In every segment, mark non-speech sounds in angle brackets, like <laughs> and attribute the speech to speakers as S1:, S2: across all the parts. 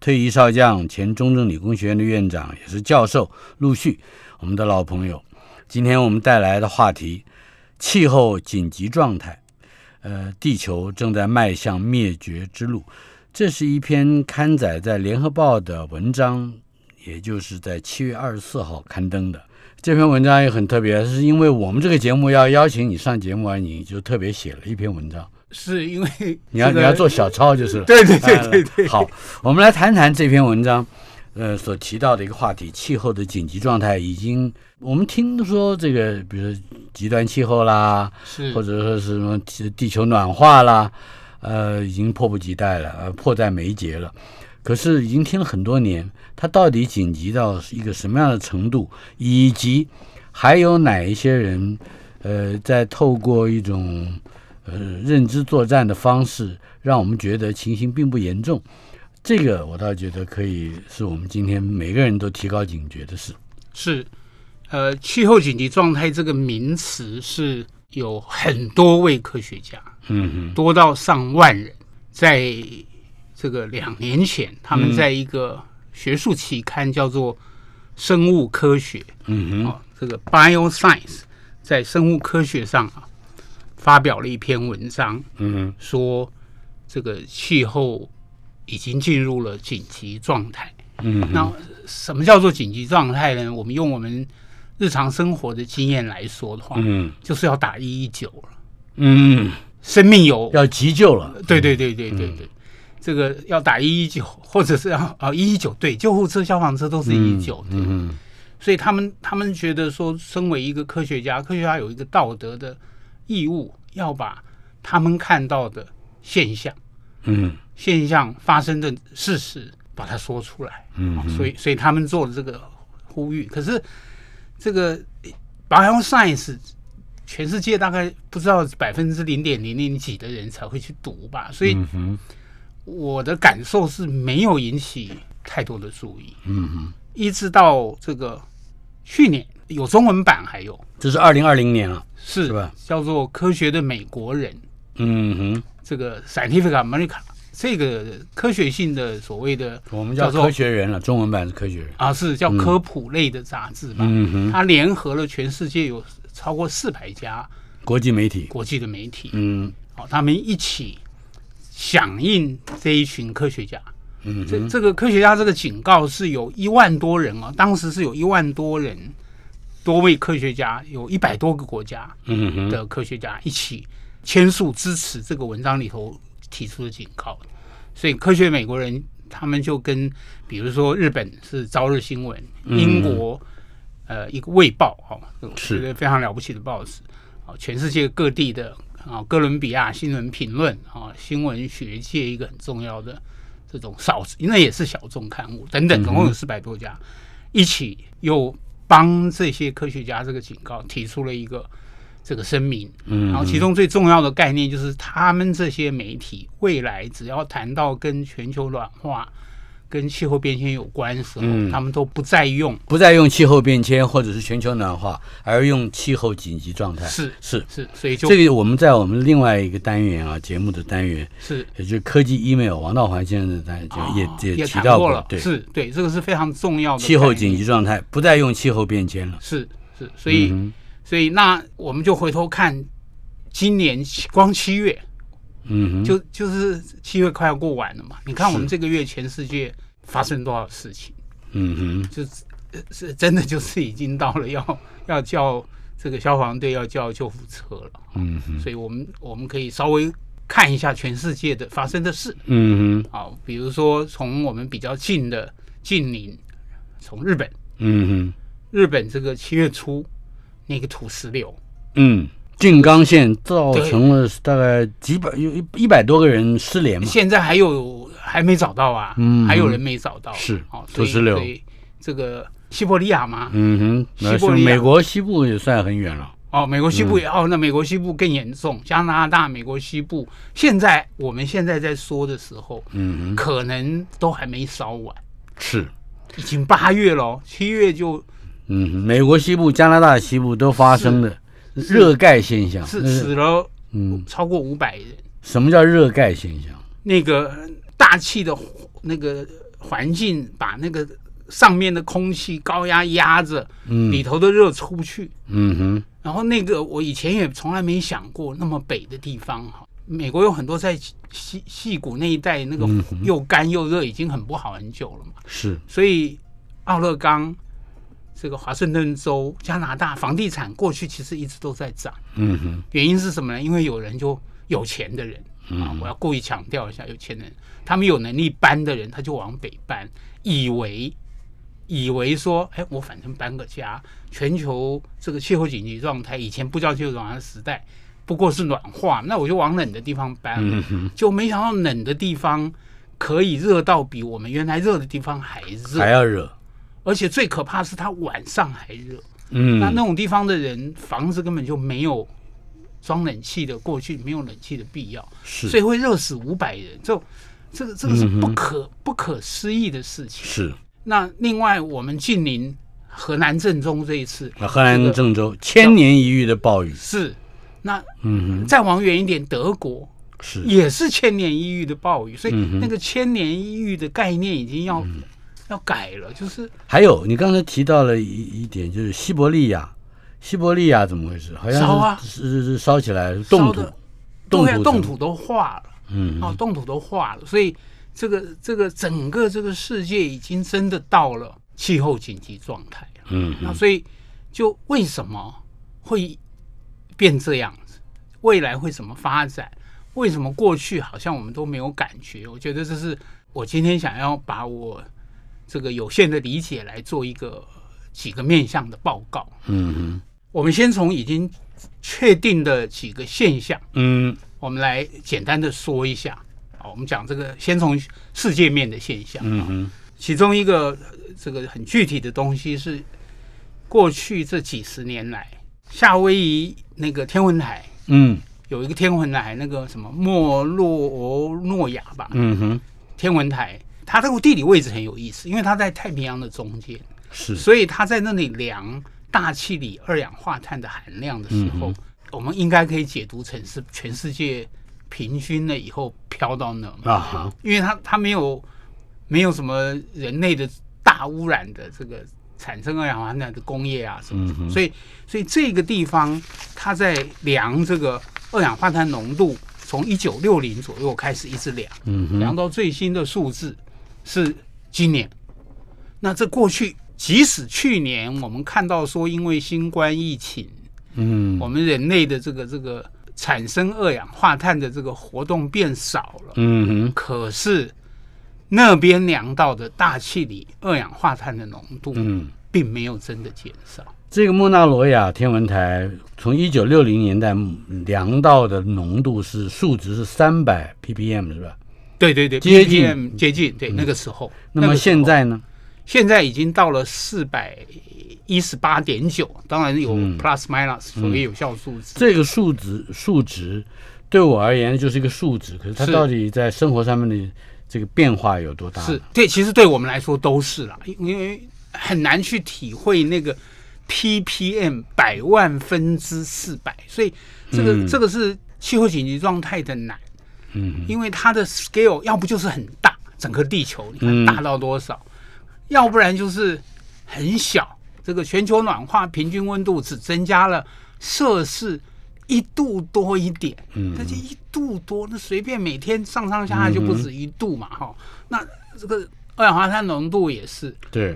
S1: 退役少将、前中正理工学院的院长，也是教授陆续，我们的老朋友。今天我们带来的话题：气候紧急状态。呃，地球正在迈向灭绝之路。这是一篇刊载在《联合报》的文章，也就是在七月二十四号刊登的。这篇文章也很特别，是因为我们这个节目要邀请你上节目啊，你就特别写了一篇文章。
S2: 是因为
S1: 你要
S2: 这个
S1: 你要做小抄就是了。
S2: <laughs> 对对对对对
S1: 呃好，我们来谈谈这篇文章，呃，所提到的一个话题：气候的紧急状态已经，我们听说这个，比如极端气候啦，
S2: 是
S1: 或者说是什么地地球暖化啦，呃，已经迫不及待了，呃，迫在眉睫了。可是已经听了很多年，它到底紧急到一个什么样的程度，以及还有哪一些人，呃，在透过一种呃认知作战的方式，让我们觉得情形并不严重。这个我倒觉得可以是我们今天每个人都提高警觉的事。
S2: 是，呃，气候紧急状态这个名词是有很多位科学家，
S1: 嗯
S2: 多到上万人，在这个两年前，他们在一个学术期刊叫做《生物科学》
S1: 哼，嗯哼，
S2: 哦，这个 Bioscience 在生物科学上啊，发表了一篇文章，
S1: 嗯
S2: 说这个气候已经进入了紧急状态。
S1: 哼，嗯哼，
S2: 那什么叫做紧急状态呢？我们用我们日常生活的经验来说的话，
S1: 嗯
S2: 就是要打一一九了。
S1: 嗯，
S2: 生命有，
S1: 要急救了。
S2: 对对对对对
S1: 嗯
S2: 对，这个要打一一九，或者是要啊一一九，对，救护车、消防车都是一一九的。
S1: 嗯
S2: 所以他们他们觉得说，身为一个科学家，科学家有一个道德的义务，要把他们看到的现象、
S1: 嗯
S2: 现象发生的事实，把它说出来。哦
S1: 嗯
S2: 所以所以他们做了这个呼吁。可是这个 bioscience 全世界大概不知道百分之零点零零几的人才会去读吧，所以
S1: 嗯哼，
S2: 我的感受是没有引起太多的注意，
S1: 嗯哼，
S2: 一直到这个去年有中文版，还有
S1: 这是二零二零年啊了。
S2: 是
S1: 是吧
S2: 叫做《科学的美国人》
S1: 嗯
S2: 这个 Scientific America 这个科学性的所谓的
S1: 哼，我们叫
S2: 叫做
S1: 科学人了，中文版是科学人。
S2: 啊是叫科普类的杂志吧，
S1: 嗯哼，
S2: 它联合了全世界有超过四百家
S1: 国际媒体。
S2: 国际的媒体，
S1: 嗯
S2: 好、他们一起响应这一群科学家。
S1: 嗯
S2: 这这个科学家这个警告是有一万多人哦，当时是有一万多人，多位科学家，有一百多个国家
S1: 嗯哼，
S2: 的科学家一起签署支持这个文章里头提出的警告。所以，科学美国人他们就跟，比如说日本是《朝日新闻》，英国呃一个《卫报》哦，我
S1: 嗯是
S2: 觉得非常了不起的报纸哦，全世界各地的啊、哥伦比亚新闻评论啊、新闻学界一个很重要的这种少，那也是小众刊物等
S1: 嗯
S2: 等，总共有四百多家，一起又帮这些科学家这个警告提出了一个这个声明。
S1: 嗯
S2: 然后其中最重要的概念就是，他们这些媒体未来只要谈到跟全球暖化、跟气候变迁有关的时候，
S1: 嗯
S2: 他们都不再用
S1: 不再用气候变迁或者是全球暖化，而用气候紧急状态。
S2: 是
S1: 是，
S2: 是，所以就、
S1: 这个我们在我们另外一个单元啊，节目的单元，
S2: 是
S1: 也就是科技 email 王道环先生的单元
S2: 啊
S1: 哦也也提
S2: 谈
S1: 到
S2: 过了，
S1: 对，
S2: 是对，这个是非常重要的
S1: 气候
S2: 概念
S1: 紧急状态不再用气候变迁了。
S2: 是是，所以、
S1: 嗯
S2: 所以那我们就回头看今年七光七月，
S1: 嗯哼，
S2: 就就是七月快要过完了嘛，你看我们
S1: 是
S2: 这个月全世界发生多少事情？
S1: 嗯哼，
S2: 就是呃是真的就是已经到了要要叫这个消防队要叫救护车了，
S1: 嗯哼，
S2: 所以我们我们可以稍微看一下全世界的发生的事
S1: 嗯哼，
S2: 啊，比如说从我们比较近的近邻，从日本，
S1: 嗯哼，
S2: 日本这个七月初那个土石流，
S1: 嗯。静冈县造成了大概几百有一一百多个人失联嘛，
S2: 现在还有还没找到啊，
S1: 嗯
S2: 还有人没找到，
S1: 是
S2: 哦，
S1: 土
S2: 所以
S1: 石流
S2: 所以这个西伯利亚嘛，
S1: 嗯哼，那
S2: 西伯
S1: 是
S2: 利亚
S1: 美国西部也算很远了。
S2: 哦，美国西部也、
S1: 嗯
S2: 哦，那美国西部更严重，加拿大、美国西部，现在我们现在在说的时候，
S1: 嗯哼，
S2: 可能都还没烧完，
S1: 是，
S2: 已经八月了，七月就
S1: 嗯哼，美国西部、加拿大西部都发生的热盖现象。
S2: 是
S1: 那
S2: 死了
S1: 嗯，
S2: 超过五百人，
S1: 什么叫热盖现象？
S2: 那个大气的那个环境把那个上面的空气高压压着，里
S1: 嗯
S2: 头的热出不去，
S1: 嗯哼，
S2: 然后那个我以前也从来没想过，那么北的地方哈，美国有很多在西西谷那一带，那个
S1: 嗯
S2: 又干又热，已经很不好很久了嘛。
S1: 是，
S2: 所以奥勒冈、这个华盛顿州、加拿大房地产过去其实一直都在涨，
S1: 嗯哼，
S2: 原因是什么呢？因为有人就有钱的人啊，
S1: 嗯
S2: 我要故意强调一下，有钱人他们有能力搬的人，他就往北搬，以为。以为说，哎，我反正搬个家。全球这个气候紧急状态，以前不叫气候暖化时代，不过是暖化，那我就往冷的地方搬。
S1: 嗯哼，
S2: 就没想到冷的地方可以热到比我们原来热的地方还热，
S1: 还要热。
S2: 而且最可怕是它晚上还热。
S1: 嗯，
S2: 那那种地方的人，房子根本就没有装冷气的，过去没有冷气的必要，所
S1: 是
S2: 以会热死五百人。这这个这个是
S1: 嗯哼
S2: 不可、不可思议的事情。
S1: 是，
S2: 那另外，我们近邻河南郑州这一次
S1: 那河南郑州千年一遇的暴雨。
S2: 是，那
S1: 嗯
S2: 再往远一点，德国
S1: 哼，是。
S2: 也是千年一遇的暴雨，所以
S1: 嗯哼嗯
S2: 那个千年一遇的概念已经要、要改了，就是
S1: 还有，你刚才提到了一一点，就是西伯利亚，西伯利亚怎么回事？好像是
S2: 烧啊
S1: 是是是烧起来冻土
S2: 烧的，对啊
S1: 土，
S2: 冻土，都化了，
S1: 嗯，
S2: 哦，冻土都化了，所以这个这个整个这个世界已经真的到了气候紧急状态了。
S1: 嗯
S2: 那所以就为什么会变这样子？未来会怎么发展？为什么过去好像我们都没有感觉？我觉得这是我今天想要把我这个有限的理解来做一个几个面向的报告。
S1: 嗯哼，
S2: 我们先从已经确定的几个现象，
S1: 嗯
S2: 我们来简单的说一下。啊好，我们讲这个，先从世界面的现象。
S1: 嗯哼，
S2: 其中一个呃这个很具体的东西是，过去这几十年来，夏威夷那个天文台
S1: 嗯
S2: 有一个天文台，那个什么莫洛诺亚吧，
S1: 嗯哼，
S2: 天文台，它这个地理位置很有意思，因为它在太平洋的中间，
S1: 是，
S2: 所以它在那里量大气里二氧化碳的含量的时候，我们应该可以解读成是全世界平均了以后飘到那嘛。
S1: 啊哈，
S2: 因为它它没有没有什么人类的大污染的这个产生二啊氧化碳的工业啊什么
S1: 嗯
S2: 什么，所以所以这个地方它在量这个二氧化碳浓度，从一九六零左右开始一直量，
S1: 嗯哼，
S2: 量到最新的数字是今年。那这过去，即使去年我们看到说，因为新冠疫情，
S1: 嗯
S2: 我们人类的这个这个产生二氧化碳的这个活动变少了。
S1: 嗯哼，
S2: 可是那边量到的大气里二氧化碳的浓度，
S1: 嗯，
S2: 并没有真的减少。
S1: 这个莫纳罗亚天文台从一九六零年代量到的浓度是数值是三百 ppm 是吧？
S2: 对对对，
S1: 接近嗯
S2: BPM 接近，对、那个时候。
S1: 那么
S2: 个时候
S1: 现在呢？
S2: 现在已经到了四百一十八点九，当然有
S1: 嗯
S2: plus minus 所谓有效数字。
S1: 这个数值数值对我而言就是一个数值，可是它
S2: 是
S1: 到底在生活上面的这个变化有多大呢？
S2: 是对，其实对我们来说都是啦，因因为很难去体会那个 ppm 百万分之四百，所以这个、
S1: 嗯
S2: 这个是气候紧急状态的难，
S1: 嗯，
S2: 因为它的 scale 要不就是很大，整个地球你
S1: 嗯
S2: 看大到多少，要不然就是很小。这个全球暖化平均温度只增加了摄氏一度多一点，
S1: 嗯
S2: 那就一度多，那随便每天上上下下就不止一度嘛，哈、那这个二氧化碳浓度也是
S1: 对，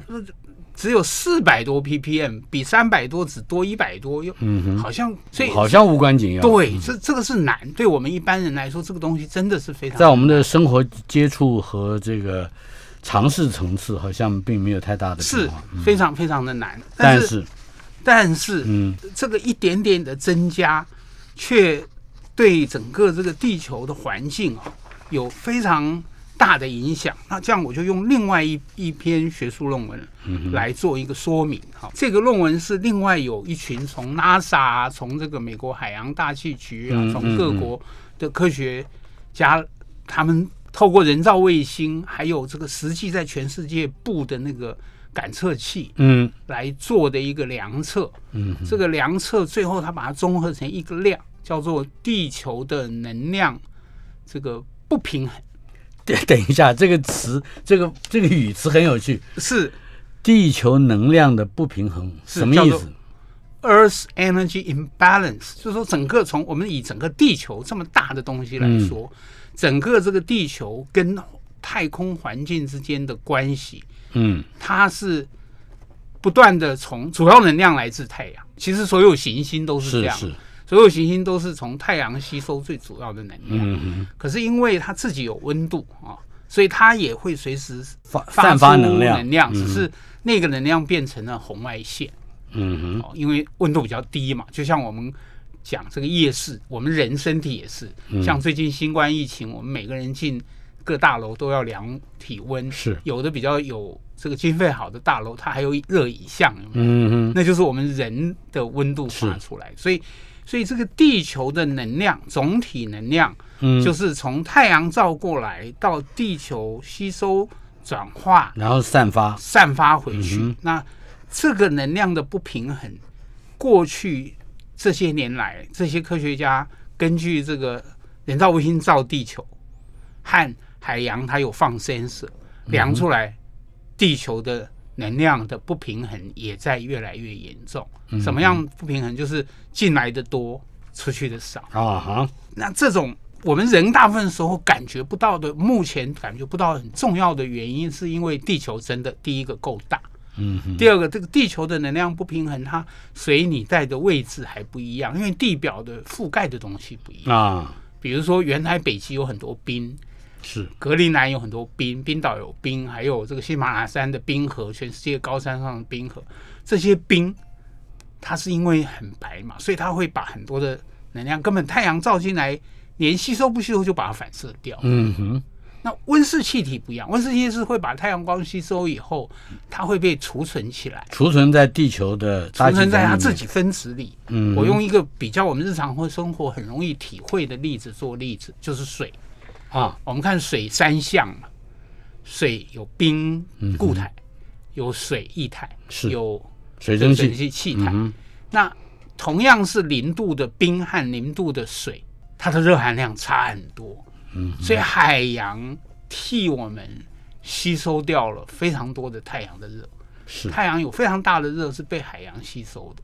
S2: 只有四百多 ppm，比三百多只多一百多，又、
S1: 嗯哼，
S2: 好像所以
S1: 好嗯像无关紧要。，
S2: 对，这这个是难，对我们一般人来说，这个东西真的是非常
S1: 在我们的生活接触和这个尝试层次，好像并没有太大的
S2: 是
S1: 变化。
S2: 非常非常的难，
S1: 但
S2: 是
S1: 是，
S2: 但是
S1: 嗯
S2: 这个一点点的增加，却对整个这个地球的环境啊有非常大的影响。那这样我就用另外一一篇学术论文
S1: 嗯
S2: 来做一个说明哈。这个论文是另外有一群从 NASA 啊、从这个美国海洋大气局啊
S1: 嗯、
S2: 从各国的科学家，他们透过人造卫星，还有这个实际在全世界布的那个感测器，
S1: 嗯 <laughs>
S2: 来做的一个量测。
S1: 嗯，
S2: 这个量测最后它把它综合成一个量，叫做地球的能量这个不平衡，
S1: 等等一下，这个词，这个这个语词很有趣，
S2: 是
S1: 地球能量的不平衡
S2: 是
S1: 什么意
S2: 叫
S1: 思
S2: 做？Earth energy imbalance，就是说整个从我们以整个地球这么大的东西来说，
S1: 嗯
S2: 整个这个地球跟太空环境之间的关系，
S1: 嗯
S2: 它是不断的从主要能量来自太阳。其实所有行星都是这
S1: 是
S2: 样，
S1: 是，
S2: 所有行星都是从太阳吸收最主要的能量。
S1: 嗯哼，
S2: 可是因为它自己有温度啊，所以它也会随时
S1: 发
S2: 发
S1: 散发
S2: 出
S1: 能量
S2: 能量
S1: 嗯
S2: 只是那个能量变成了红外线。
S1: 嗯哼，
S2: 哦，因为温度比较低嘛，就像我们讲这个夜市，我们人身体也是，
S1: 嗯
S2: 像最近新冠疫情，我们每个人进各大楼都要量体温，
S1: 是
S2: 有的比较有这个经费好的大楼，它还有热椅项，有没有
S1: 嗯哼，
S2: 那就是我们人的温度发出来，所以。所以这个地球的能量，总体能量，
S1: 嗯，
S2: 就是从太阳照过来到地球吸收、转化，
S1: 然后散发，
S2: 散发回去。那这个能量的不平衡，过去这些年来，这些科学家根据这个人造卫星照地球和海洋，它有放 sensor 量出来地球的能量的不平衡也在越来越严重。什么样不平衡？就是进来的多，出去的少。
S1: 啊哈，
S2: 那这种我们人大部分时候感觉不到的，目前感觉不到很重要的原因，是因为地球真的第一个够大，
S1: 嗯哼，
S2: 第二个这个地球的能量不平衡，它随你在的位置还不一样，因为地表的覆盖的东西不一样。
S1: 啊
S2: 比如说，原来北极有很多冰，
S1: 是，
S2: 格陵兰有很多冰，冰岛有冰，还有这个喜马拉雅山的冰河，全世界高山上的冰河，这些冰它是因为很白嘛，所以它会把很多的能量，根本太阳照进来，连吸收不吸收就把它反射掉。
S1: 嗯哼，
S2: 那温室气体不一样，温室气体是会把太阳光吸收以后，它会被储存起来。
S1: 储存在地球的
S2: 储
S1: 大气层
S2: 存在它
S1: 里
S2: 自
S1: 面
S2: 己分子里。
S1: 嗯
S2: 我用一个比较我们日常或生活很容易体会的例子做例子，就是水。
S1: 啊，
S2: 我们看水三项嘛，水有冰固态，有水液态，
S1: 嗯是
S2: 有
S1: 水蒸
S2: 水蒸
S1: 气，嗯
S2: 气气态。那同样是零度的冰和零度的水，它的热含量差很多。嗯，所以海洋替我们吸收掉了非常多的太阳的热。
S1: 是
S2: 太阳有非常大的热是被海洋吸收的，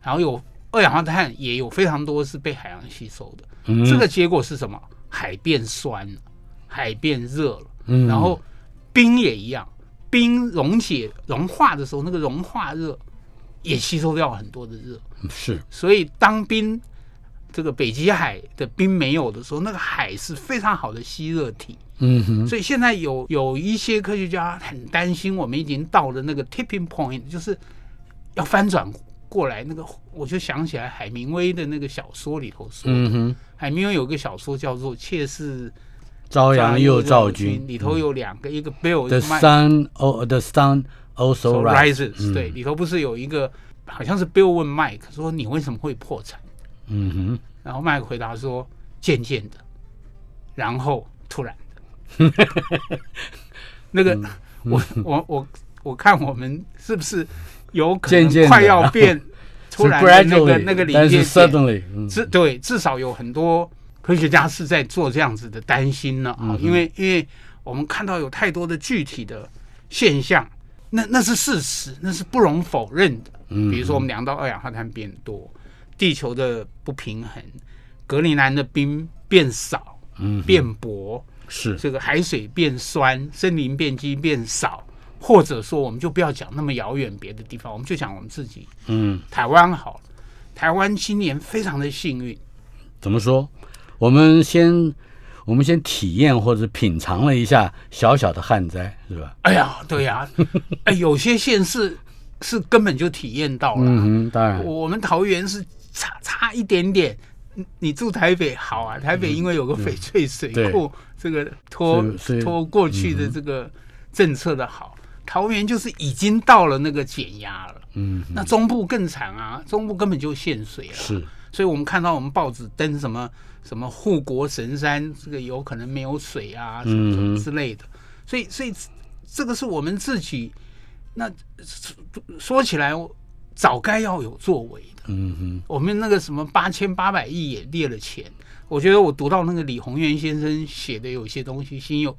S2: 然后有二氧化碳也有非常多是被海洋吸收的。
S1: 嗯
S2: 这个结果是什么？海变酸了，海变热了，
S1: 嗯
S2: 然后冰也一样，冰溶解融化的时候，那个融化热也吸收掉很多的热，
S1: 是，
S2: 所以当冰这个北极海的冰没有的时候，那个海是非常好的吸热体。
S1: 嗯哼，
S2: 所以现在有有一些科学家很担心，我们已经到了那个 tipping point，就是要翻转过来。那个我就想起来海明威的那个小说里头说的，
S1: 嗯哼，
S2: 海明威有个小说叫做《妾室
S1: 朝阳又照
S2: 君》，
S1: 君嗯
S2: 里头有两个，一个 Bill
S1: ，The
S2: My-
S1: sun, oh, the sun also rises，
S2: Rises，、
S1: 嗯
S2: 对，里头不是有一个好像是 Bill 问 Mike 说你为什么会破产？
S1: 嗯
S2: 然后麦克回答说：“渐渐的，然后突然的。”
S1: <laughs>
S2: 那个，
S1: 嗯
S2: 我我我我看我们是不是有可
S1: 渐渐
S2: 能
S1: 地
S2: 快要
S1: <laughs>
S2: 变
S1: 哼，
S2: 突然的那个
S1: gradually，
S2: 那个临
S1: 但
S2: 界
S1: 是
S2: 点？
S1: suddenly，嗯
S2: 至对，至少有很多科学家是在做这样子的担心了啊，因为因为我们看到有太多的具体的现象，那那是事实，那是不容否认的。比如说我们量到二氧化碳变多，地球的不平衡，格陵兰的冰变少，变薄，
S1: 是，
S2: 这个海水变酸，森林面积变少，或者说我们就不要讲那么遥远别的地方，我们就讲我们自己
S1: 嗯，
S2: 台湾好了。台湾今年非常的幸运，
S1: 怎么说？我们先我们先体验或者品尝了一下小小的旱灾，是吧？
S2: 哎呀，
S1: <laughs>
S2: 对呀、哎，有些县市是根本就体验到了。
S1: 嗯嗯哼，当然，
S2: 我们桃园是差差一点点，你你住台北好啊，台北因为有个翡翠水
S1: 嗯对
S2: 库，这个拖
S1: 所以所以嗯
S2: 拖过去的这个政策的好，桃园就是已经到了那个减压了。
S1: 嗯，
S2: 那中部更惨啊，中部根本就限水了。
S1: 是，
S2: 所以我们看到我们报纸登什么什么护国神山，这个有可能没有水啊，
S1: 嗯
S2: 什么什么之类的。所以，所以这个是我们自己那说起来，早该要有作为的。
S1: 嗯哼，
S2: 我们那个什么八千八百亿也列了钱，我觉得我读到那个李宏源先生写的有一些东西，心有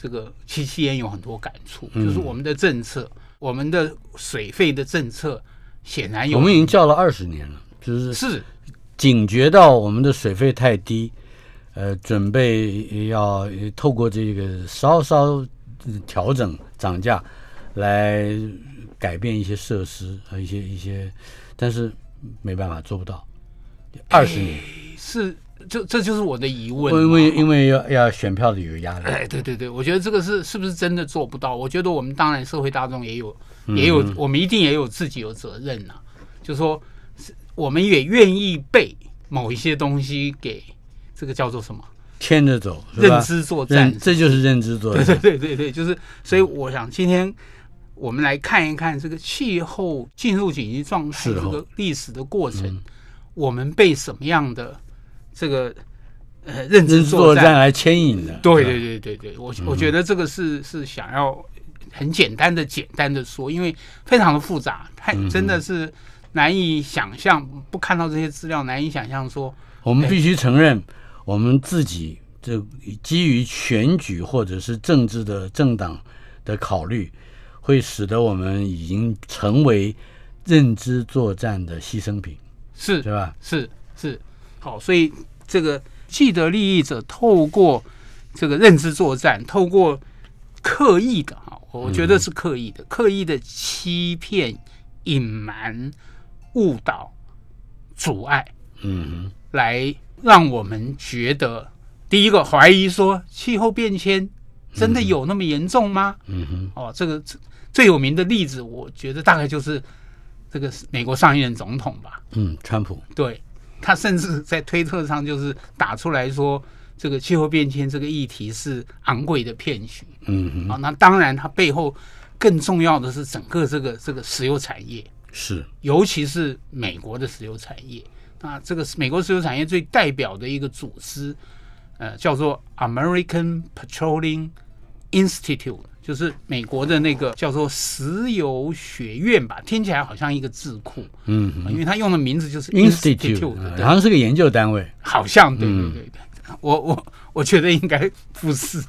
S2: 这个七七言有很多感触，
S1: 嗯
S2: 就是我们的政策，我们的水费的政策显然有
S1: 我们已经叫了二十年了，就是
S2: 是
S1: 警觉到我们的水费太低，呃，准备要呃透过这个稍稍呃调整涨价来改变一些设施和一些一些，但是没办法做不到，二十年，
S2: 是，这这就是我的疑问嘛。
S1: 因为因为要要选票的有压力，
S2: 哎，对对对，我觉得这个是是不是真的做不到？我觉得我们当然社会大众也有
S1: 嗯
S2: 也有，我们一定也有自己有责任呐、就说是我们也愿意被某一些东西给这个叫做什么
S1: 牵着走，是吧
S2: 认？知作战
S1: 认，
S2: <laughs>
S1: 这就是认知作
S2: 对
S1: 战
S2: 对，对对对，就是，所以我想今天我们来看一看这个气候进入紧急状态
S1: 是
S2: 这
S1: 哦嗯
S2: 个历史的过程，我们被什么样的这个呃认
S1: 认
S2: 知
S1: 知作
S2: 作
S1: 战来牵引的，
S2: 对
S1: 是吧
S2: 对对对对，我我觉得这个是是想要很简单的简单的说，因为非常的复杂，太真的是难以想象，不看到这些资料难以想象说，
S1: 我们必须承认，我们自己这基于选举或者是政治的政党的考虑，会使得我们已经成为认知作战的牺牲品，
S2: 是
S1: 对吧？
S2: 是是，好，所以这个既得利益者透过这个认知作战，透过刻意的哈，我觉得是刻意的，刻意的欺骗、隐瞒、误导、阻碍，
S1: 嗯
S2: 来让我们觉得，第一个怀疑说气候变迁真的有那么严重吗？
S1: 哼，嗯哼，
S2: 哦，这个这最有名的例子，我觉得大概就是这个美国上一任总统吧。
S1: 嗯，川普，
S2: 对他甚至在推特上就是打出来说，这个气候变迁这个议题是昂贵的骗局。
S1: 嗯哼，
S2: 啊、那当然它背后更重要的是整个这个这个石油产业。
S1: 是，
S2: 尤其是美国的石油产业。那这个是美国石油产业最代表的一个组织，呃，叫做 American Petroleum Institute，就是美国的那个叫做石油学院吧，听起来好像一个智库，
S1: 嗯哼
S2: 呃因为他用的名字就是
S1: ，institute，
S2: 的
S1: 啊
S2: 对
S1: 好像是个研究单位，
S2: 好像对
S1: 嗯
S2: 对对对，我我我觉得应该不是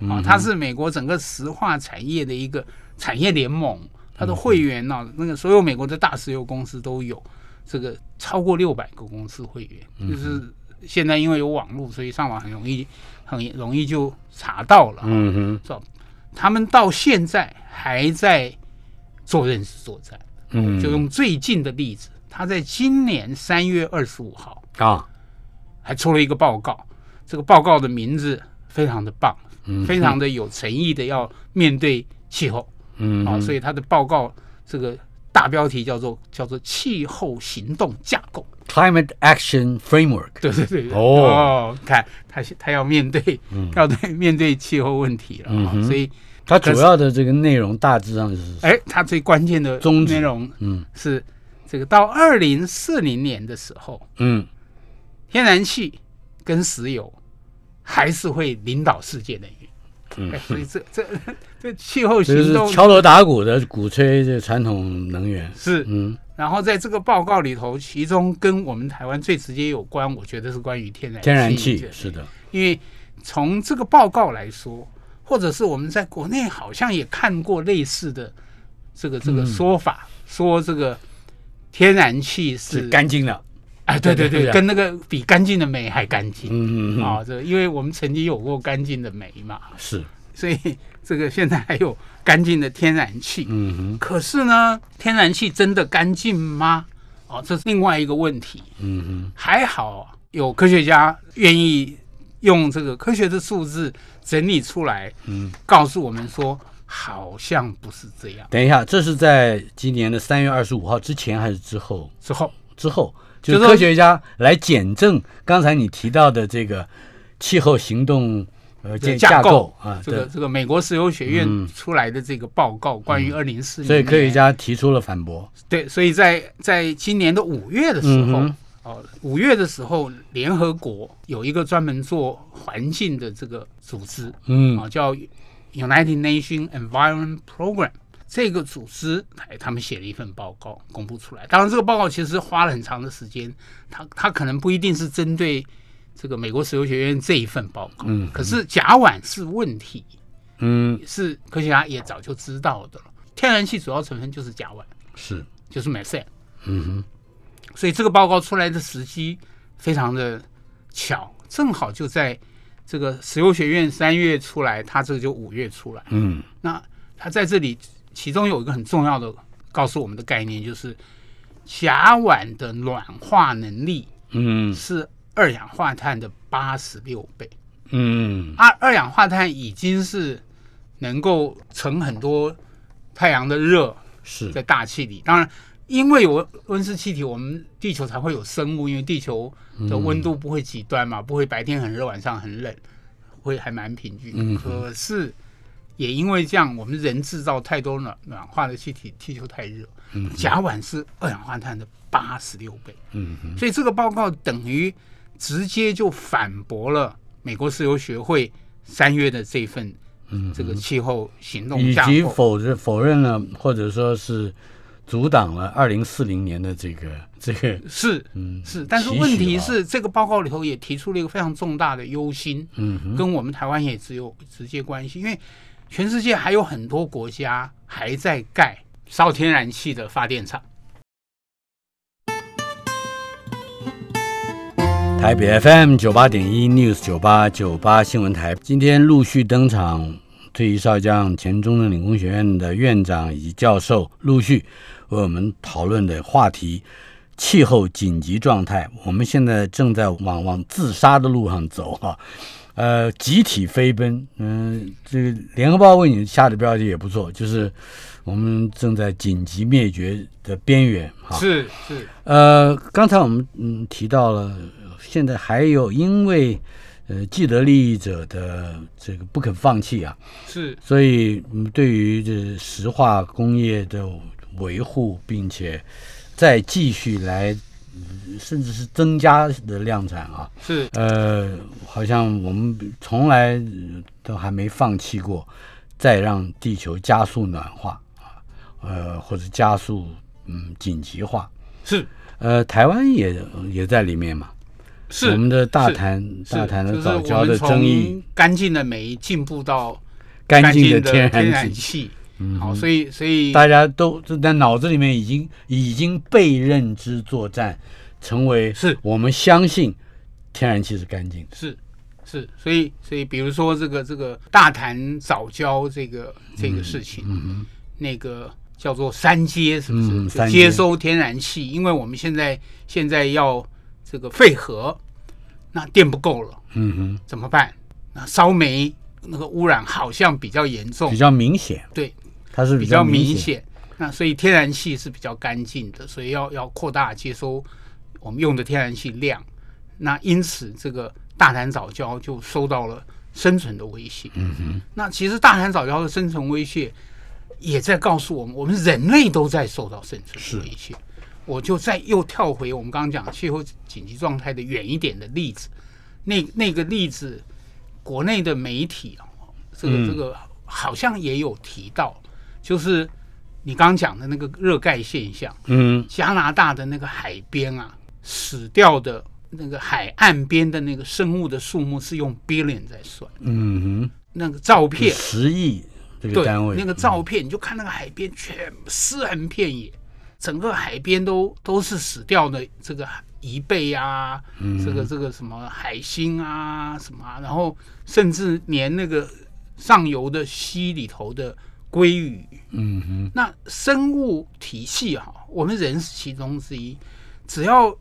S1: 嗯
S2: 啊，它是美国整个石化产业的一个产业联盟，它的会员
S1: 嗯
S2: 呢、那个所有美国的大石油公司都有这个超过六百个公司会
S1: 嗯
S2: 员，就是现在因为有网络，所以上网很容易很容易就查到了啊，
S1: 嗯
S2: 是吧？他们到现在还在做认识作战，
S1: 哼，嗯，
S2: 就用最近的例子，他在今年三月二十五号。
S1: 啊，
S2: 还出了一个报告，这个报告的名字非常的棒，非常的有诚意的要面对气候
S1: 嗯
S2: 啊，
S1: 哼，
S2: 所以它的报告这个大标题叫做叫做气候行动架构。
S1: 嗯 climate action framework，
S2: 对对对，对
S1: 哦嗯
S2: 看他他要面对、 <laughs> 要对面对气候问题了啊，所以
S1: 它主要的这个内容大致上就是，
S2: 哎，它最关键的
S1: 宗旨
S2: 内容
S1: 嗯
S2: 是这个到二零四零年的时候，
S1: 嗯，
S2: 天然气跟石油还是会领导世界能源。
S1: 嗯
S2: 哎所以这这这气候
S1: 这就
S2: 行动
S1: 是敲锣打鼓的鼓吹这传统能源，
S2: 是，
S1: 嗯
S2: 然后在这个报告里头，其中跟我们台湾最直接有关，我觉得是关于天然，
S1: 天然气
S2: 对
S1: 是的，
S2: 因为从这个报告来说，或者是我们在国内好像也看过类似的这个这
S1: 嗯
S2: 个说法，说这个天然气
S1: 是
S2: 是
S1: 干净的。
S2: 哎，对对
S1: 对对啊对
S2: 对，跟那个比干净的美还干净。
S1: 嗯
S2: 啊、这因为我们曾经有过干净的煤嘛，
S1: 是，
S2: 所以 <laughs> 这个现在还有干净的天然气。
S1: 嗯哼，
S2: 可是呢，天然气真的干净吗？哦，这是另外一个问题。
S1: 嗯
S2: 还好有科学家愿意用这个科学的数字整理出来，嗯，告诉我们说好像不是这样
S1: 哼。。等一下，这是在今年的三月二十五号之前还是之后？
S2: 之后
S1: 之后，就
S2: 就是是
S1: 科学家来检证刚才你提到的这个气候行动呃建
S2: 这个架
S1: 构啊，
S2: 这个
S1: 对，嗯
S2: 这个美国石油学院出来的这个报告，关于二零四零，
S1: 所以科学家提出了反驳。
S2: 对，所以在在今年的五月的时候，
S1: 嗯
S2: 哦，五月的时候，联合国有一个专门做环境的这个组织，
S1: 嗯
S2: 啊，叫 United Nations Environment Program。这个组织，哎，他们写了一份报告公布出来。当然，这个报告其实花了很长的时间，它它可能不一定是针对这个美国石油学院这一份报告，
S1: 嗯
S2: 可是甲烷是问题，
S1: 嗯，
S2: 是科学家也早就知道的了。天然气主要成分就是甲烷，
S1: 是，
S2: 就是 methane，
S1: 嗯
S2: 所以这个报告出来的时机非常的巧，正好就在这个石油学院三月出来，它这个就五月出来。
S1: 哼，嗯
S2: 那它在这里，其中有一个很重要的告诉我们的概念，就是甲烷的软化能力
S1: 嗯
S2: 是二氧化碳的八十六倍。
S1: 嗯
S2: 二二氧化碳已经是能够存很多太阳的热
S1: 是，
S2: 在大气里，当然。因为有温温室气体，我们地球才会有生物。因为地球的
S1: 嗯
S2: 温度不会极端嘛，不会白天很热，晚上很冷，会还蛮平均。
S1: 嗯
S2: 可是也因为这样，我们人制造太多暖暖化的气体，地球太热。
S1: 嗯
S2: 甲烷是二氧化碳的八十六倍，
S1: 嗯哼
S2: 所以这个报告等于直接就反驳了美国石油学会三月的这份
S1: 嗯哼
S2: 这个气候行动
S1: 以
S2: 架
S1: 及
S2: 构。
S1: 否认否认了，或者说是阻挡了二零四零年的这个这个，
S2: 是
S1: 嗯
S2: 是，但是
S1: 期许
S2: 问题
S1: 啊
S2: 是，这个报告里头也提出了一个非常重大的忧心，
S1: 嗯哼，
S2: 跟我们台湾也只有直接关系，因为全世界还有很多国家还在盖烧天然气的发电厂。
S1: 台北 FM 九八点一 News 九八九八新闻台，今天陆续登场退役少将、前中正理工学院的院长以及教授陆续为我们讨论的话题：气候紧急状态。我们现在正在往往自杀的路上走哈、 <laughs> 呃，集体飞奔。嗯、这个联合报为你下的标题也不错，就是我们正在紧急灭绝的边缘啊哈。
S2: 是是，
S1: 呃，刚才我们嗯提到了，呃现在还有因为呃既得利益者的这个不肯放弃啊，
S2: 是
S1: 所以嗯对于这石化工业的维护，并且再继续来，嗯甚至是增加的量产啊，
S2: 是
S1: 呃，好像我们从来呃都还没放弃过，再让地球加速暖化啊，呃，或者加速嗯紧急化。
S2: 是
S1: 呃，台湾也也在里面嘛。
S2: 是，
S1: 我们的大
S2: 是
S1: 谈
S2: 是
S1: 大谈的
S2: 就是
S1: 早
S2: 我
S1: 教
S2: 们
S1: 的
S2: 从
S1: 争议，
S2: 干净的煤进步到
S1: 干净
S2: 的
S1: 的天
S2: 然
S1: 然气，嗯
S2: 气。好，所以所以
S1: 大家都就在脑子里面已经已经被认知作战，成为
S2: 是
S1: 我们相信天然气是干净的。
S2: 是是，所以所以比如说这个这个大谈早教这个这
S1: 嗯
S2: 个事情，那个叫做三接是不是？
S1: 嗯
S2: 就
S1: 三接
S2: 接收天然气，因为我们现在现在要这个废核，那电不够了
S1: 嗯
S2: 怎么办？那烧煤那个污染好像比较严
S1: 哼，
S2: 重
S1: 比，较明显，
S2: 哦对，
S1: 它是
S2: 比
S1: 较
S2: 较明
S1: 显。
S2: 显。那所以天然气是比较干净的，所以要要扩大接收我们用的天然气量。那因此，这个大潭早礁就受到了生存的威胁。嗯哼。那其实大潭早礁的生存威胁也在告诉我们，我们人类都在受到生存的威胁。我就再又跳回我们刚刚讲气候紧急状态的远一点的例子，那那个例子，国内的媒体啊，这个这个好像也有提到，就是你刚刚讲的那个热盖现象。
S1: 嗯
S2: 加拿大的那个海边啊，死掉的那个海岸边的那个生物的数目是用 billion 在算，
S1: 嗯
S2: 那个照
S1: 哼，
S2: 片，
S1: 十亿这个
S2: 对，
S1: 单位，嗯
S2: 那个照片，你就看那个海边全尸横遍野，整个海边都都是死掉的这个贻贝啊，
S1: 嗯
S2: 这个这个什么海星啊什么啊，然后甚至连那个上游的溪里头的鲑鱼，
S1: 嗯哼，
S2: 那生物体系哈、我们人是其中之一，只要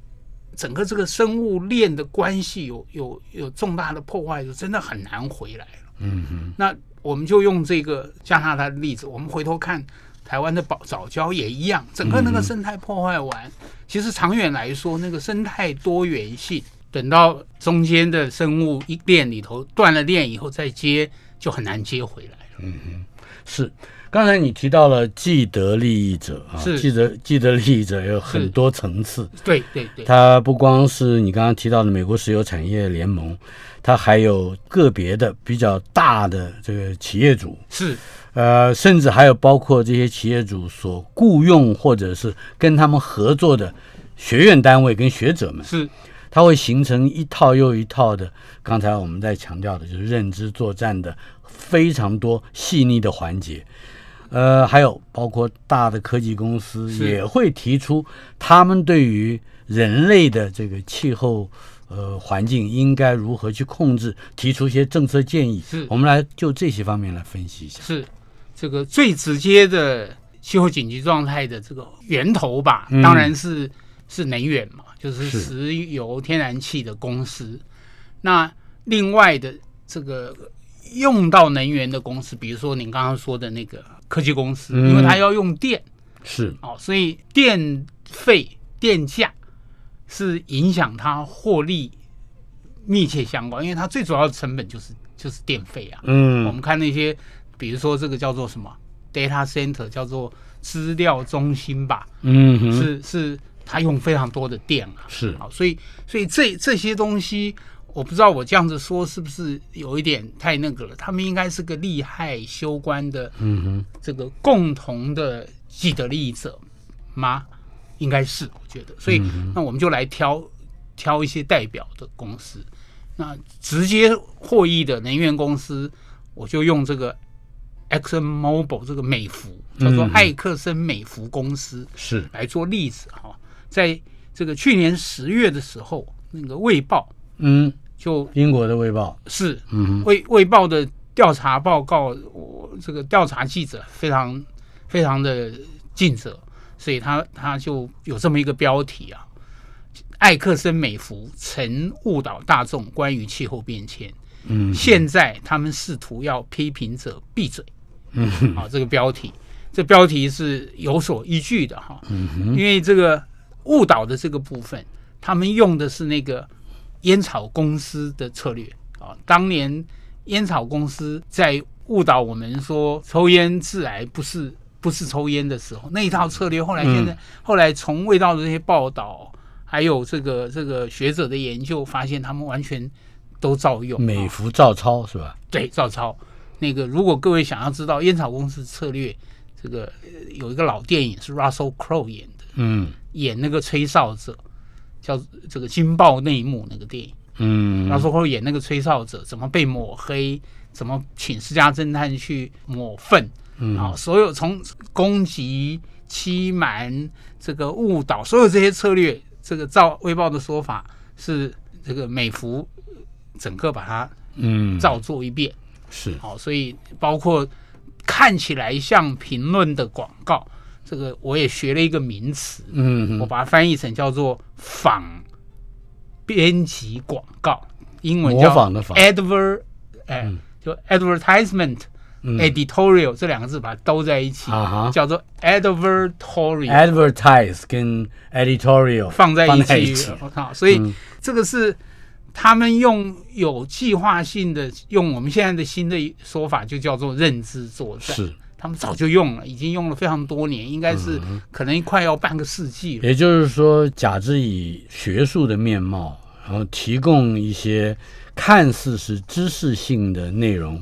S2: 整个这个生物链的关系有有有重大的破坏，就真的很难回来了。
S1: 嗯哼，
S2: 那我们就用这个加拿大的例子，我们回头看台湾的早早教也一样，整个那个生态破坏完，其实长远来说，那个生态多元性，等到中间的生物一链里头断了链以后再接，就很难接回来了。
S1: 是，刚才你提到了既得利益者啊，
S2: 是
S1: 既得既得利益者有很
S2: 是
S1: 多层次，
S2: 对对对，
S1: 它不光是你刚刚提到的美国石油产业联盟，它还有个别的比较大的这个企业主，
S2: 是
S1: 呃，甚至还有包括这些企业主所雇佣或者是跟他们合作的学院单位跟学者们，
S2: 是
S1: 它会形成一套又一套的。刚才我们在强调的就是认知作战的非常多细腻的环节。呃，还有包括大的科技公司
S2: 是
S1: 也会提出他们对于人类的这个气候呃环境应该如何去控制，提出一些政策建议
S2: 是。
S1: 我们来就这些方面来分析一下。
S2: 是，这个最直接的气候紧急状态的这个源头吧，
S1: 嗯
S2: 当然是是能源嘛，就是
S1: 是
S2: 石油、天然气的公司。那另外的这个用到能源的公司，比如说您刚刚说的那个科技公司，
S1: 嗯
S2: 因为它要用电
S1: 是，
S2: 哦，所以电费、电价是影响它获利密切相关，因为它最主要的成本就是就是电费啊。我
S1: 嗯
S2: 们看那些，比如说这个叫做什么 data center，叫做资料中心吧，
S1: 嗯哼，
S2: 是是它用非常多的电啊。
S1: 是
S2: 好，所以所以这这些东西，我不知道我这样子说是不是有一点太那个了。他们应该是个利害攸关的，嗯哼，这个共同的既得利益者吗？应该是，我觉得。
S1: 嗯
S2: 所以、那我们就来挑挑一些代表的公司，那直接获益的能源公司，我就用这个 Exxon Mobil 这个美孚叫做
S1: 嗯
S2: 埃克森美孚公司。
S1: 是，
S2: 来做例子哈、在这个去年十月的时候，那个《卫报
S1: 嗯，》
S2: 就
S1: 英国的卫报，
S2: 是
S1: 嗯哼，
S2: 卫卫报的调查报告，我这个调查记者非常非常的尽责，所以他他就有这么一个标题啊：艾克森美孚曾误导大众关于气候变迁，
S1: 嗯
S2: 现在他们试图要批评者闭嘴。嗯，好、这个标题，这标题是有所依据的哈。嗯因为这个误导的这个部分，他们用的是那个烟草公司的策略啊。当年烟草公司在误导我们说抽烟致癌不是不是抽烟的时候，那一套策略，后来现在、后来从味道的这些报道，还有这个这个学者的研究，发现他们完全都照用。
S1: 美孚照抄是吧？
S2: 对，照抄。那个，如果各位想要知道烟草公司策略，这个呃有一个老电影是 Russell Crowe 演的，
S1: 嗯
S2: 演那个吹哨者，叫这个《惊爆内幕》那个电影。
S1: 嗯，
S2: Russell Crowe 演那个吹哨者怎么被抹黑，怎么请私家侦探去抹粪，
S1: 嗯
S2: 啊，所有从攻击、欺瞒、这个误导，所有这些策略，这个照《卫报》的说法是这个美孚整个把它
S1: 嗯，
S2: 照做一遍。
S1: 是
S2: 好、所以包括看起来像评论的广告，这个我也学了一个名词，
S1: 嗯
S2: 我
S1: 哼
S2: 把它翻译成叫做仿编辑广告，英文
S1: 模
S2: 叫
S1: 仿的仿嗯
S2: adver，哎、就 advertisement、editorial 这两个字把它兜在一起，
S1: 啊哈
S2: 叫做 advertorial。
S1: ，advertise 跟 editorial
S2: 放在一
S1: 放在
S2: 起
S1: 一起，嗯
S2: 啊，所以这个是他们用有计划性的，用我们现在的新的说法，就叫做认知作战。
S1: 是，
S2: 他们早就用了，已经用了非常多年，应该是可能快要半个世纪了。
S1: 也就是说，假之以学术的面貌，然后提供一些看似是知识性的内容，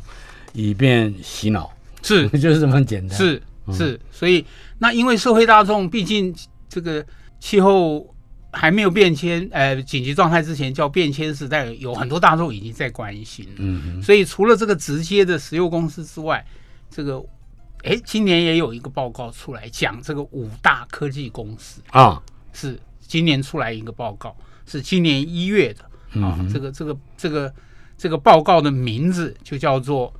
S1: 以便洗脑， <laughs>
S2: 是
S1: 就是这么简单。，
S2: 是是，所以那因为社会大众毕竟这个气候还没有变迁，呃，紧急状态之前叫变迁时代，有很多大众已经在关心了。
S1: 嗯
S2: 所以除了这个直接的石油公司之外，这个哎，今年也有一个报告出来讲这个五大科技公司
S1: 哼啊，
S2: 是今年出来一个报告，是今年一月的
S1: 嗯
S2: 啊、这个这个这个这个报告的名字就叫做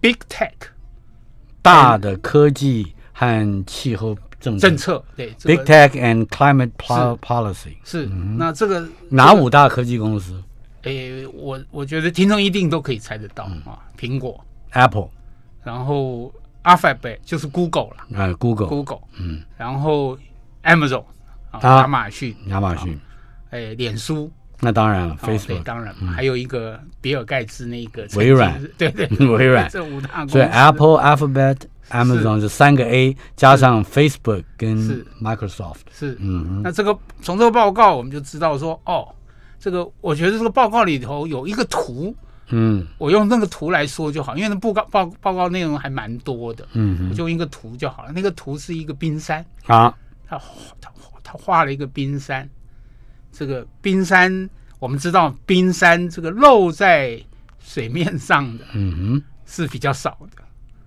S2: Big Tech
S1: 大的科技和气候政策
S2: 政策，对，这
S1: Big 嗯
S2: 个
S1: Tech and Climate pol- Policy，
S2: 是那这个
S1: 哪五大科技公司
S2: 诶，
S1: 嗯
S2: 我我觉得听众一定都可以猜得到啊，苹果，
S1: ？Apple、
S2: 然后 Alphabet 就是 Google 啦
S1: 啊，Google、
S2: ，Google，嗯，然后 Amazon 啊，
S1: 啊
S2: 亚马逊，
S1: 亚马逊，
S2: 哎，脸书，
S1: 那当然了
S2: 哦对，
S1: ，Facebook、嗯
S2: 当然嘛，还有一个比尔盖茨那个
S1: 微软，
S2: 对对，
S1: <laughs> 微软，
S2: 这五大公司，
S1: 所以 Apple、Alphabet、Amazon 这三个 A 加上 Facebook 跟
S2: 是
S1: Microsoft，
S2: 是，
S1: 嗯
S2: 那这个从这个报告我们就知道说，哦，这个我觉得这个报告里头有一个图，
S1: 嗯
S2: 我用那个图来说就好，因为那报告报报告内容还蛮多的，
S1: 嗯
S2: 我就用一个图就好了。那个图是一个冰山，
S1: 哼，啊，
S2: 他他他画了一个冰山，这个冰山我们知道冰山这个露在水面上的
S1: 嗯哼，
S2: 是比较少的，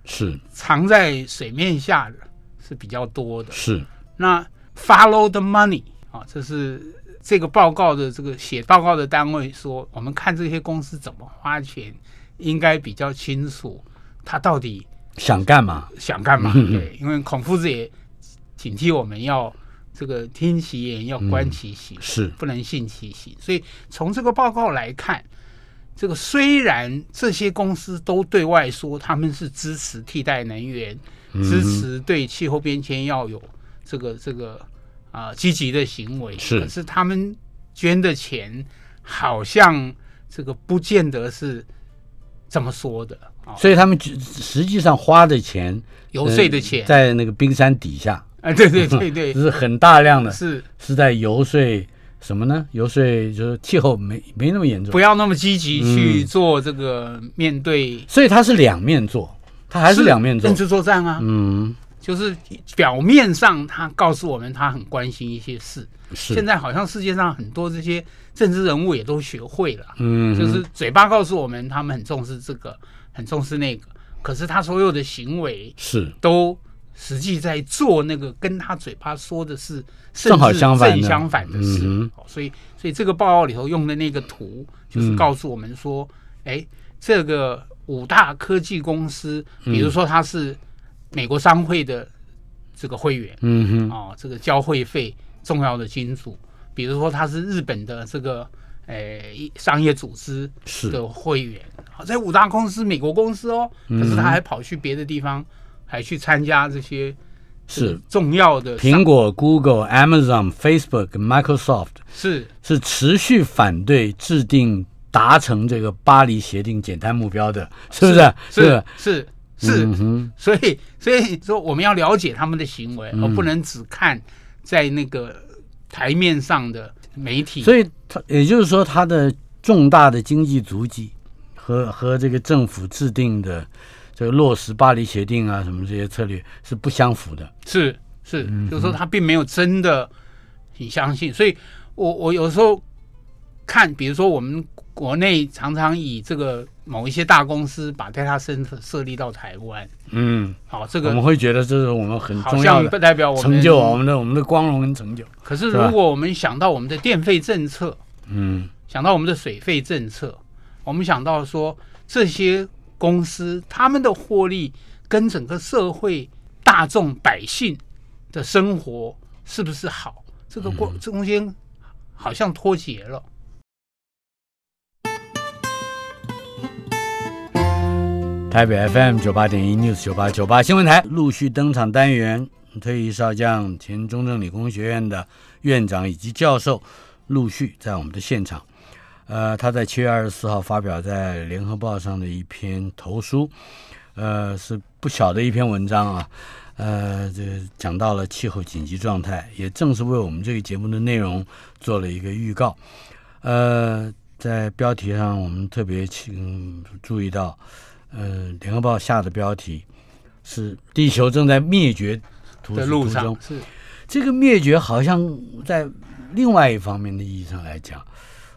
S1: 是
S2: 藏在水面下的是比较多的。
S1: 是，
S2: 那 follow the money 啊，这是这个报告的这个写报告的单位说，我们看这些公司怎么花钱，应该比较清楚他到底
S1: 想干嘛？
S2: 想干嘛。
S1: 嗯
S2: 对，因为孔夫子也警惕我们要这个听其言，要观其行，
S1: 是
S2: 不能信其行。所以从这个报告来看。这个虽然这些公司都对外说他们是支持替代能源，支持对气候变迁要有这个这个啊、积极的行为，
S1: 是
S2: 可是他们捐的钱好像这个不见得是这么说的啊、
S1: 所以他们只实际上花的钱，
S2: 游说的钱
S1: 呃在那个冰山底下，
S2: 啊， <laughs> 对对对对
S1: 就，是很大量的，
S2: 是
S1: <laughs> 是在游说什么呢？游说就是气候没没那么严重
S2: 不，要那么积极去做这个面对，
S1: 所以它是两面做，它还是两面做
S2: 认，知作战啊，
S1: 嗯，
S2: 就是表面上他告诉我们他很关心一些事，现
S1: 是，
S2: 在好像世界上很多这些政治人物也都学会了，
S1: 嗯哼，
S2: 就是嘴巴告诉我们他们很重视这个，很重视那个，可是他所有的行为
S1: 是
S2: 都实际在做那个跟他嘴巴说的是甚
S1: 正好
S2: 至
S1: 相反的
S2: 正相反的事。
S1: 嗯
S2: 哦所以，所以这个报告里头用的那个图，就是告诉我们说，哎、这个五大科技公司，
S1: 嗯
S2: 比如说它是美国商会的这个会员，
S1: 嗯哼。
S2: 哦，这个交会费重要的金主，比如说它是日本的这个呃一商业组织
S1: 是
S2: 的会员，好在五大公司美国公司哦，
S1: 嗯
S2: 可是他还跑去别的地方，还去参加这些这
S1: 是
S2: 个重要的
S1: 苹果、Google、Amazon、Facebook、Microsoft
S2: 是
S1: 是持续反对制定达成这个巴黎协定减碳目标的，是不是？
S2: 是是是，
S1: 嗯哼，
S2: 所以所以说我们要了解他们的行为，
S1: 嗯
S2: 而不能只看在那个台面上的媒体。
S1: 所以它也就是说，它的重大的经济足迹和和这个政府制定的这个落实巴黎协定啊什么这些策略是不相符的。
S2: 是是，
S1: 嗯
S2: 就是说他并没有真的很相信，所以我我有时候看，比如说我们国内常常以这个某一些大公司把 data center 设立到台湾，
S1: 嗯，
S2: 好、这
S1: 我们
S2: 个
S1: 会觉得这是我们很
S2: 好
S1: 重要
S2: 像不
S1: 的
S2: 代表我们
S1: 成就啊，我们的我们的光荣跟成就。
S2: 可是
S1: 是吧
S2: 如果我们想到我们的电费政策，
S1: 嗯，
S2: 想到我们的水费政策，我们想到说这些公司他们的获利跟整个社会大众百姓的生活是不是好，这个
S1: 嗯
S2: 过、这中间好像脱节了。
S1: 台北 FM 九八点一 News 九八九八新闻台陆续登场单元，退役少将、前中正理工学院的院长以及教授陆续在我们的现场。呃，他在七月二十四号发表在《联合报》上的一篇投书，呃，是不小的一篇文章啊。呃，这讲到了气候紧急状态，也正是为我们这个节目的内容做了一个预告。呃，在标题上我们特别请注意到，呃，《联合报》下的标题是“地球正在灭绝途
S2: 的
S1: 途
S2: 路
S1: 中
S2: 上”，是
S1: 这个灭绝好像在另外一方面的意义上来讲，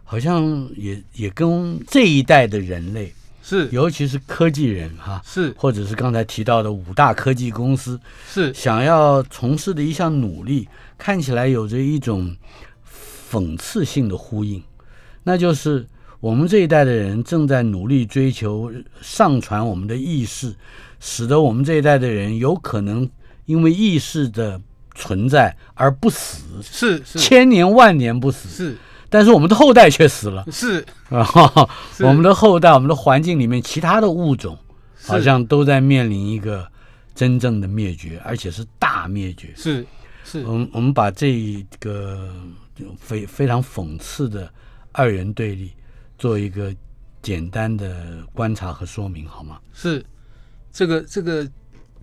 S1: 好像也也跟这一代的人类，
S2: 是
S1: 尤其是科技人哈、
S2: 是
S1: 或者是刚才提到的五大科技公司
S2: 是
S1: 想要从事的一项努力，看起来有着一种讽刺性的呼应，那就是我们这一代的人正在努力追求上传我们的意识，使得我们这一代的人有可能因为意识的存在而不死，
S2: 是是
S1: 千年万年不死。
S2: 是
S1: 但是我们的后代却死了， <laughs>
S2: 是
S1: 啊，我们的后代，我们的环境里面其他的物种，好像都在面临一个真正的灭绝，而且是大灭绝。
S2: 是是
S1: 我们我们把这个非非常讽刺的二元对立做一个简单的观察和说明，好吗？
S2: 是，这个这个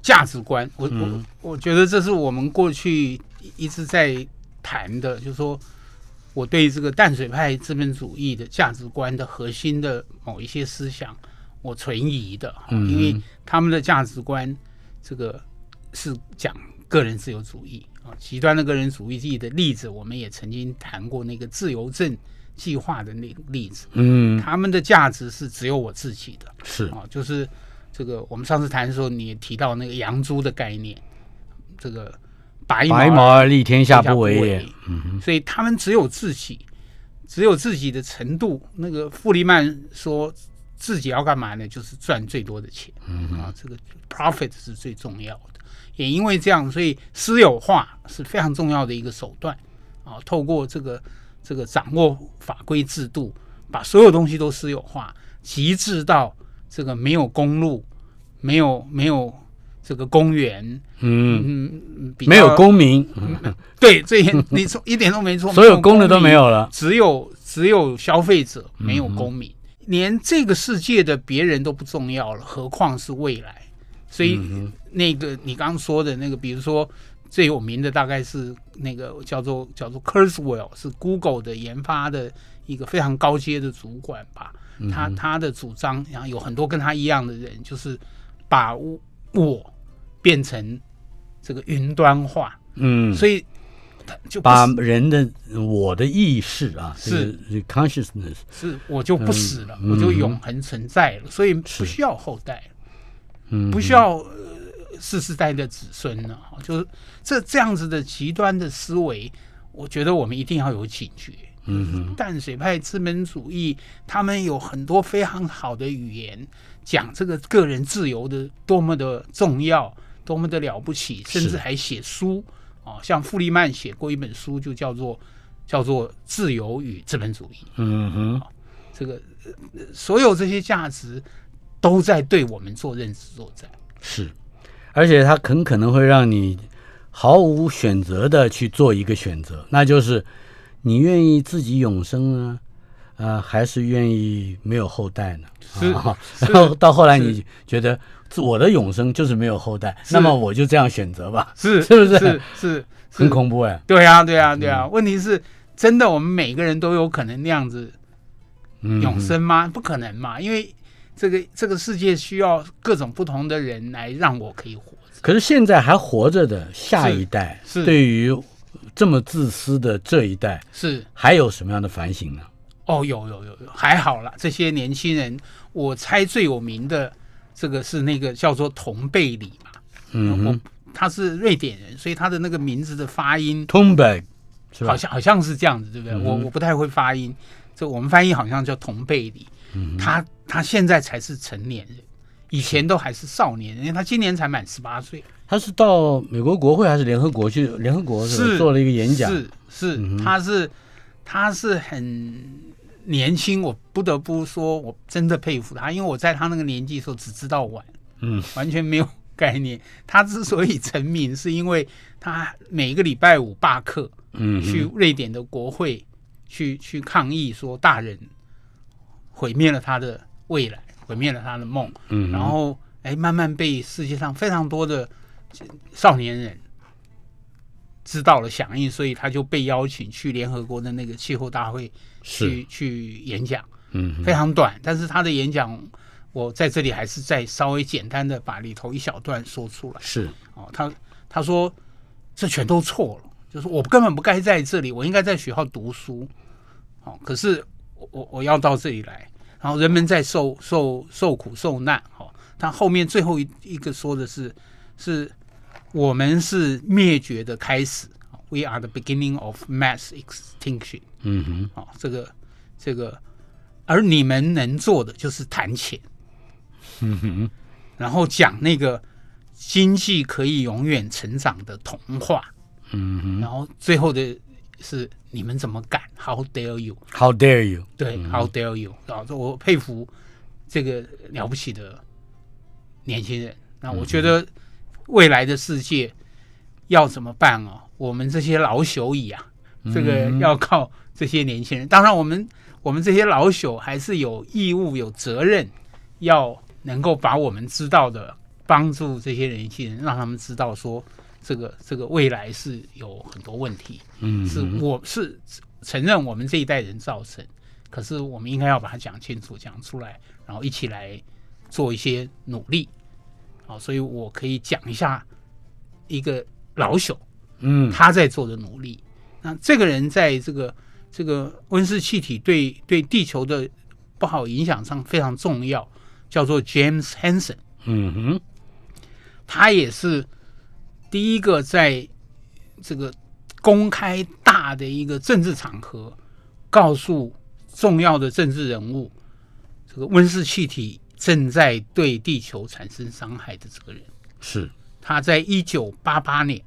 S2: 价值观，我、我我觉得这是我们过去一直在谈的，就是说我对这个淡水派资本主义的价值观的核心的某一些思想，我存疑的，哈因为他们的价值观这个是讲个人自由主义啊，极端的个人主义的例子，我们也曾经谈过那个自由镇计划的那个例子，
S1: 嗯，
S2: 他们的价值是只有我自己的。
S1: 是
S2: 啊，就是这个我们上次谈的时候，你也提到那个羊猪的概念，这个白毛
S1: 白毛而立天下不为也。
S2: 所以他们只有自己，只有自己的程度。那个弗利曼说自己要干嘛呢？就是赚最多的钱、
S1: 嗯
S2: 啊，这个 profit 是最重要的。也因为这样，所以私有化是非常重要的一个手段啊。透过这个这个掌握法规制度，把所有东西都私有化，极致到这个没有公路，没有没有这个公园，
S1: 嗯，
S2: 嗯，比较嗯
S1: 没有公民，
S2: <laughs> 对，这也你说一点都没
S1: <laughs>
S2: 错，
S1: 所有公
S2: 公
S1: 的都没
S2: 民，
S1: 有嗯了。
S2: 只有只有消费者，没有公民，连这个世界的别人都不重要了，何况是未来？所以、
S1: 嗯
S2: 那个你刚刚说的那个，比如说最有名的大概是那个叫做叫做 Kurzweil，是 Google 的研发的一个非常高阶的主管吧。
S1: 嗯
S2: 他他的主张，然后有很多跟他一样的人，就是把我我变成这个云端化，
S1: 嗯，
S2: 所以他就不
S1: 把
S2: 死
S1: 人的我的意识啊，
S2: 是
S1: 这个 consciousness，
S2: 是我就不死了，我就永恒存在了，所以
S1: 嗯是
S2: 不需要后代了，
S1: 嗯，
S2: 不需要呃世世代代的子孙了。哈就是这这样子的极端的思维，我觉得我们一定要有警觉。嗯，淡水派资本主义，他们有很多非常好的语言，讲这个个人自由的多么的重要，多么的了不起，
S1: 是
S2: 甚至还写书哦，像弗利曼写过一本书，就叫做叫做《自由与资本主义》。
S1: 嗯哼，
S2: 这个呃所有这些价值都在对我们做认知作战。
S1: 是，而且它很可能会让你毫无选择的去做一个选择，那就是你愿意自己永生呢，呃，还是愿意没有后代呢？
S2: 是
S1: 啊，
S2: 是
S1: 然后到后来
S2: 是
S1: 你觉得自我的永生就是没有后代，
S2: 是
S1: 那么我就这样选择吧，
S2: 是
S1: 是不是
S2: 是是
S1: 很。恐怖哎，
S2: 对啊，对啊，对啊。问题是，真的我们每个人都有可能那样子
S1: 嗯
S2: 永生吗？不可能嘛，因为这个这个世界需要各种不同的人来让我可以活着。
S1: 可是现在还活着的下一代，
S2: 是是
S1: 对于这么自私的这一代，
S2: 是
S1: 还有什么样的反省呢？
S2: 哦，有有有有，还好啦。这些年轻人，我猜最有名的这个是那个叫做同贝里嘛，
S1: 嗯
S2: 我
S1: 哼
S2: 他是瑞典人，所以他的那个名字的发音
S1: ，Thunberg 是吧嗯
S2: 好？像好像是这样子，对不对？我我不太会发音，这我们翻译好像叫同辈里。
S1: 嗯
S2: 他他现在才是成年人，以前都还是少年人，因为他今年才满十八岁。
S1: 他是到美国国会还是联合国去？联合国是吧
S2: 是
S1: 做了一个演讲，嗯
S2: 是是，他是他是很年轻，我不得不说，我真的佩服他，因为我在他那个年纪的时候只知道玩，
S1: 嗯，
S2: <laughs> 完全没有概念。他之所以成名，是因为他每个礼拜五罢课，
S1: 嗯哼，
S2: 去瑞典的国会去去抗议，说大人毁灭了他的未来，毁灭了他的梦。
S1: 嗯
S2: 然后哎，慢慢被世界上非常多的少年人知道了响应，所以他就被邀请去联合国的那个气候大会
S1: 是
S2: 去去演讲，
S1: 嗯
S2: 非常短，但是他的演讲。我在这里还是再稍微简单的把里头一小段说出来。
S1: 是
S2: 哦，他他说这全都错了，就是我根本不该在这里，我应该在学校读书。哦，可是我我我要到这里来，然后人们在受受受苦受难。哦，他后面最后一一个说的是，是我们是灭绝的开始。哦 We are the beginning of mass extinction。
S1: 嗯哼
S2: 哦，这个这个，而你们能做的就是谈钱，嗯哼，然后讲那个经济可以永远成长的童话，
S1: 嗯哼
S2: 然后最后的是你们怎么敢？How dare you？
S1: ，How dare you？
S2: 对、h o w dare you？然后我佩服这个了不起的年轻人。那我觉得未来的世界要怎么办哦？我们这些老朽矣啊，这个要靠这些年轻人。当然，我们我们这些老朽还是有义务、有责任，要能够把我们知道的帮助这些年轻人，让他们知道说，这个这个未来是有很多问题，
S1: 嗯
S2: 是我是承认我们这一代人造成，可是我们应该要把它讲清楚、讲出来，然后一起来做一些努力。好，所以我可以讲一下一个老朽
S1: 嗯
S2: 他在做的努力。那这个人在这个这个温室气体对对地球的不好影响上非常重要，叫做 James Hansen，
S1: 嗯哼，
S2: 他也是第一个在这个公开大的一个政治场合告诉重要的政治人物，这个温室气体正在对地球产生伤害的这个人。
S1: 是，
S2: 他在一九八八年，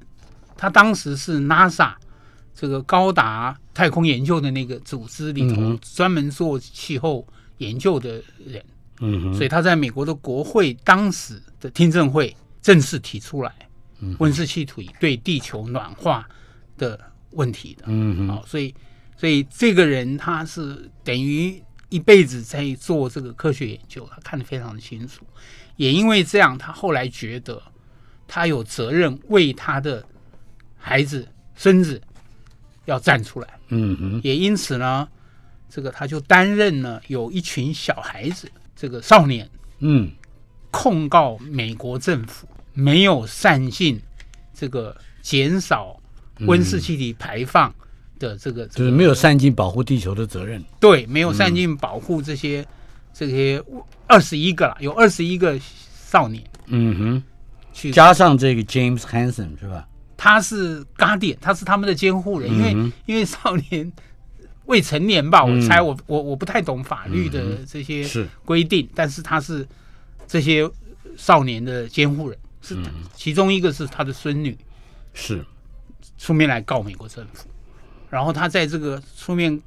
S2: 他当时是 NASA 这个高达太空研究的那个组织里头
S1: 嗯
S2: 专门做气候研究的人，
S1: 嗯哼，
S2: 所以他在美国的国会当时的听证会正式提出来
S1: 嗯
S2: 温室气体对地球暖化的问题的。
S1: 嗯哼，
S2: 好、所以所以这个人他是等于一辈子在做这个科学研究，他看得非常的清楚。也因为这样，他后来觉得他有责任为他的孩子、孙子要站出来。
S1: 嗯哼，
S2: 也因此呢，这个他就担任了有一群小孩子这个少年
S1: 嗯
S2: 控告美国政府没有善尽这个减少温室气体排放的这个，
S1: 嗯就是没有善尽保护地球的责任。
S2: 对，没有善尽保护这些、这些二十一个啦，有二十一个少年
S1: 嗯哼，
S2: 去，
S1: 加上这个 James Hansen 是吧？
S2: 他是 Guardian，他是他们的监护人，因为、
S1: 嗯
S2: 因为少年未成年吧，我
S1: 嗯
S2: 猜我我我不太懂法律的这些
S1: 是
S2: 规定，但是他是这些少年的监护人，是、
S1: 嗯
S2: 其中一个是他的孙女
S1: 是，
S2: 出面来告美国政府，然后他在这个出面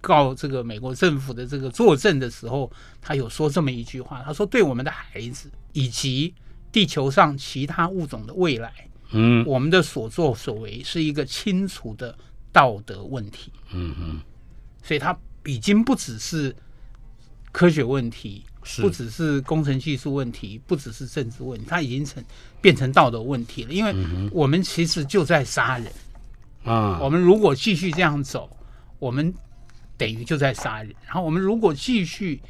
S2: 告这个美国政府的这个作证的时候，他有说这么一句话，他说：“对我们的孩子以及地球上其他物种的未来，
S1: 嗯
S2: 我们的所作所为是一个清楚的道德问题。”
S1: 嗯哼，
S2: 所以它已经不只是科学问题，
S1: 是
S2: 不只是工程技术问题，不只是政治问题，它已经成变成道德问题了。因
S1: 嗯
S2: 为我们其实就在杀人。
S1: 啊
S2: 我，们如果继续这样走，我们等于就在杀人。然后我们如果继续，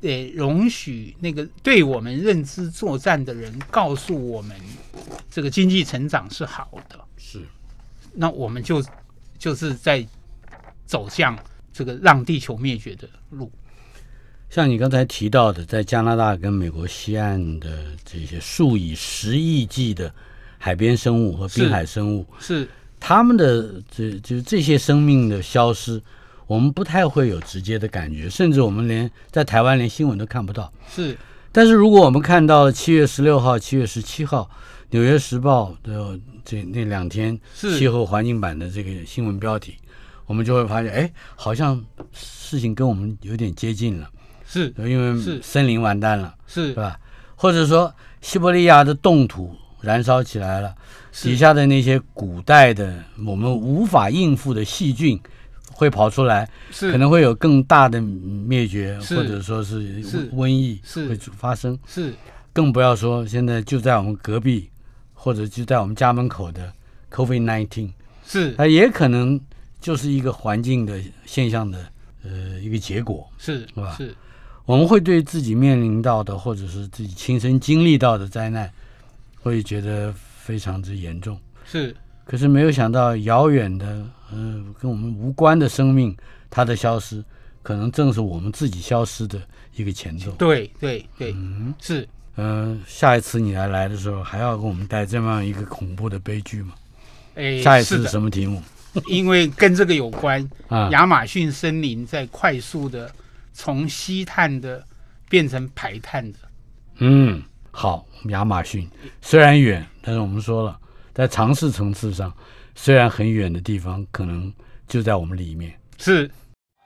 S2: 呃，容许那个对我们认知作战的人告诉我们，这个经济成长是好的，
S1: 是，
S2: 那我们就就是在走向这个让地球灭绝的路。
S1: 像你刚才提到的，在加拿大跟美国西岸的这些数以十亿计的海边生物和滨
S2: 是
S1: 海生物，
S2: 是
S1: 他们的这就是这些生命的消失，我们不太会有直接的感觉，甚至我们连在台湾连新闻都看不到。
S2: 是
S1: 但是如果我们看到了七月十六号、七月十七号，《纽约时报》的这那两天
S2: 是
S1: 气候环境版的这个新闻标题，我们就会发现，哎，好像事情跟我们有点接近了，
S2: 是
S1: 因为
S2: 是
S1: 森林完蛋了，
S2: 是
S1: 是吧？或者说，西伯利亚的冻土燃烧起来了，
S2: 是
S1: 底下的那些古代的我们无法应付的细菌会跑出来，
S2: 是
S1: 可能会有更大的灭绝，
S2: 是
S1: 或者说是
S2: 是
S1: 瘟疫
S2: 是
S1: 会发生。
S2: 是
S1: 更不要说现在就在我们隔壁，或者就在我们家门口的 COVID-19，
S2: 是
S1: 它也可能就是一个环境的现象的呃一个结果。
S2: 是
S1: 吧
S2: 是
S1: 我们会对自己面临到的，或者是自己亲身经历到的灾难，会觉得非常之严重。
S2: 是
S1: 可是没有想到，遥远的，嗯、跟我们无关的生命，它的消失，可能正是我们自己消失的一个前奏。
S2: 对对对，是
S1: 嗯，下一次你来来的时候，还要给我们带这么样一个恐怖的悲剧吗？
S2: 哎，
S1: 下一
S2: 是
S1: 次
S2: 的
S1: 什么题目？
S2: 因为跟这个有关，
S1: 啊，
S2: 亚马逊森林在快速的从吸碳的变成排碳的，
S1: 嗯，好，亚马逊虽然远，但是我们说了，在尝试层次上，虽然很远的地方，可能就在我们里面。
S2: 是